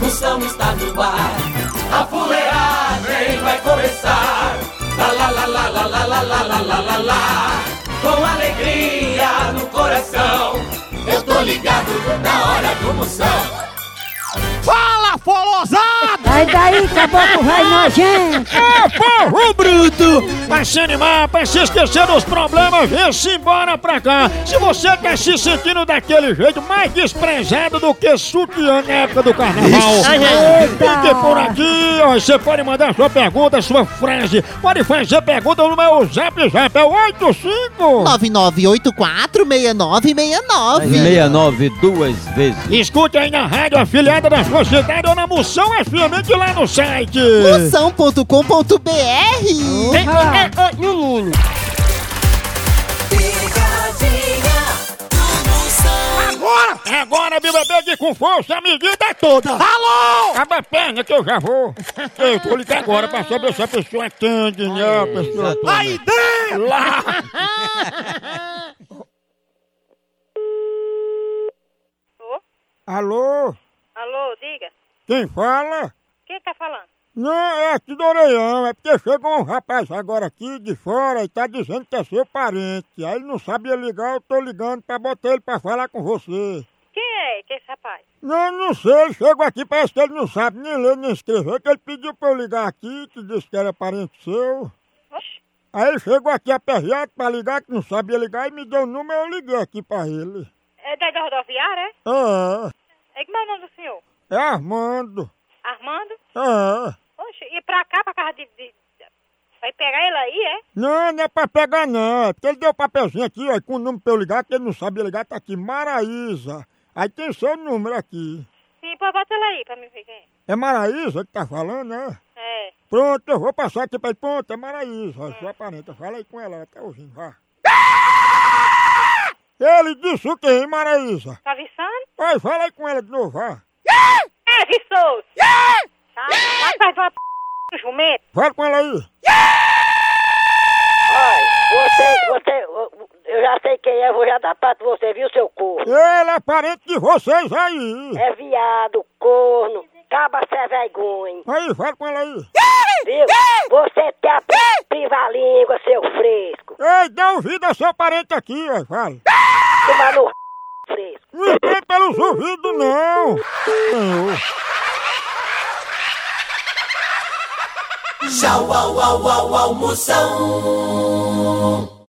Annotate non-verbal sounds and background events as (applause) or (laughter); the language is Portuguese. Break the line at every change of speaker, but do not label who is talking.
Moção está no ar, a fuleagem vai começar. Lá lá lá lá lá lá lá lá lá lá lá lá, com alegria no coração, eu tô ligado na hora do Moção.
Fala, tá folosada!
Sai daí, caboclo
(laughs)
vai nojento!
Ô, porro bruto! Pra se animar, pra se esquecer dos problemas, vem-se embora pra cá! Se você tá se sentindo daquele jeito mais desprezado do que sutiã na época do carnaval, fique por aqui! ó, Você pode mandar sua pergunta, sua frase, pode fazer pergunta no meu zap zap, é 85!
99846969.
69 duas vezes.
Escute aí na rádio afiliada da sua cidade ou na Moção FM de lá no site!
Moção.com.br
Tem-
Picadinha do Moção.
Agora! Agora, BBB de com força, a medida toda! Alô! Abra a perna que eu já vou! Eu vou ligar agora pra saber se a pessoa atende, né? A pessoa
Aí
dentro! Lá!
Alô?
Alô?
Alô, diga.
Quem fala?
Quem tá falando?
Não, é aqui do Oreião, é porque chegou um rapaz agora aqui de fora e tá dizendo que é seu parente. Aí ele não sabia ligar, eu tô ligando pra botar ele pra falar com você.
Quem é que é esse rapaz?
Não, não sei, ele chegou aqui, parece que ele não sabe nem ler nem escrever, que ele pediu pra eu ligar aqui, que disse que era parente seu.
Oxi,
Aí ele chegou aqui aperreado pra ligar, que não sabia ligar, e me deu o número, eu liguei aqui pra ele.
é da da rodoviária, é?
É,
É como é o nome do senhor?
é Armando.
Armando?
É.
Oxi, e pra cá, pra casa de... de- Vai pegar ele aí, é?
Não, não é pra pegar não, é porque ele deu o papelzinho aqui, ó, com o número pra eu ligar, que ele não sabia ligar, tá aqui, Maraísa. Aí tem seu número aqui.
Sim, pô, bota ele aí pra me ver quem é.
É Maraísa que tá falando, né?
É.
Pronto, eu vou passar aqui pra ele. Pronto, é Maraísa, ó, sua parenta. Fala aí com ela, ela tá ouvindo, vá. Ele disse o quê, hein, Maraísa?
Tá avisando?
Vai, fala aí com ela de novo, vá.
É, avisou! Tá? Vai fazer uma p... no jumento.
Fala com ela aí.
Você, você, eu já sei quem é, vou já dar pra você, viu, seu corno?
Ele é parente de vocês aí.
É viado, corno, caba sem vergonha,
Aí, fala com ela aí.
viu? Você tem a priva língua, seu fresco.
Ei, dá ouvido a seu parente aqui, ó, fala.
Toma no fresco.
Não tem pelos ouvidos, não! Não.
Tchau, au, au, au, au, Moção.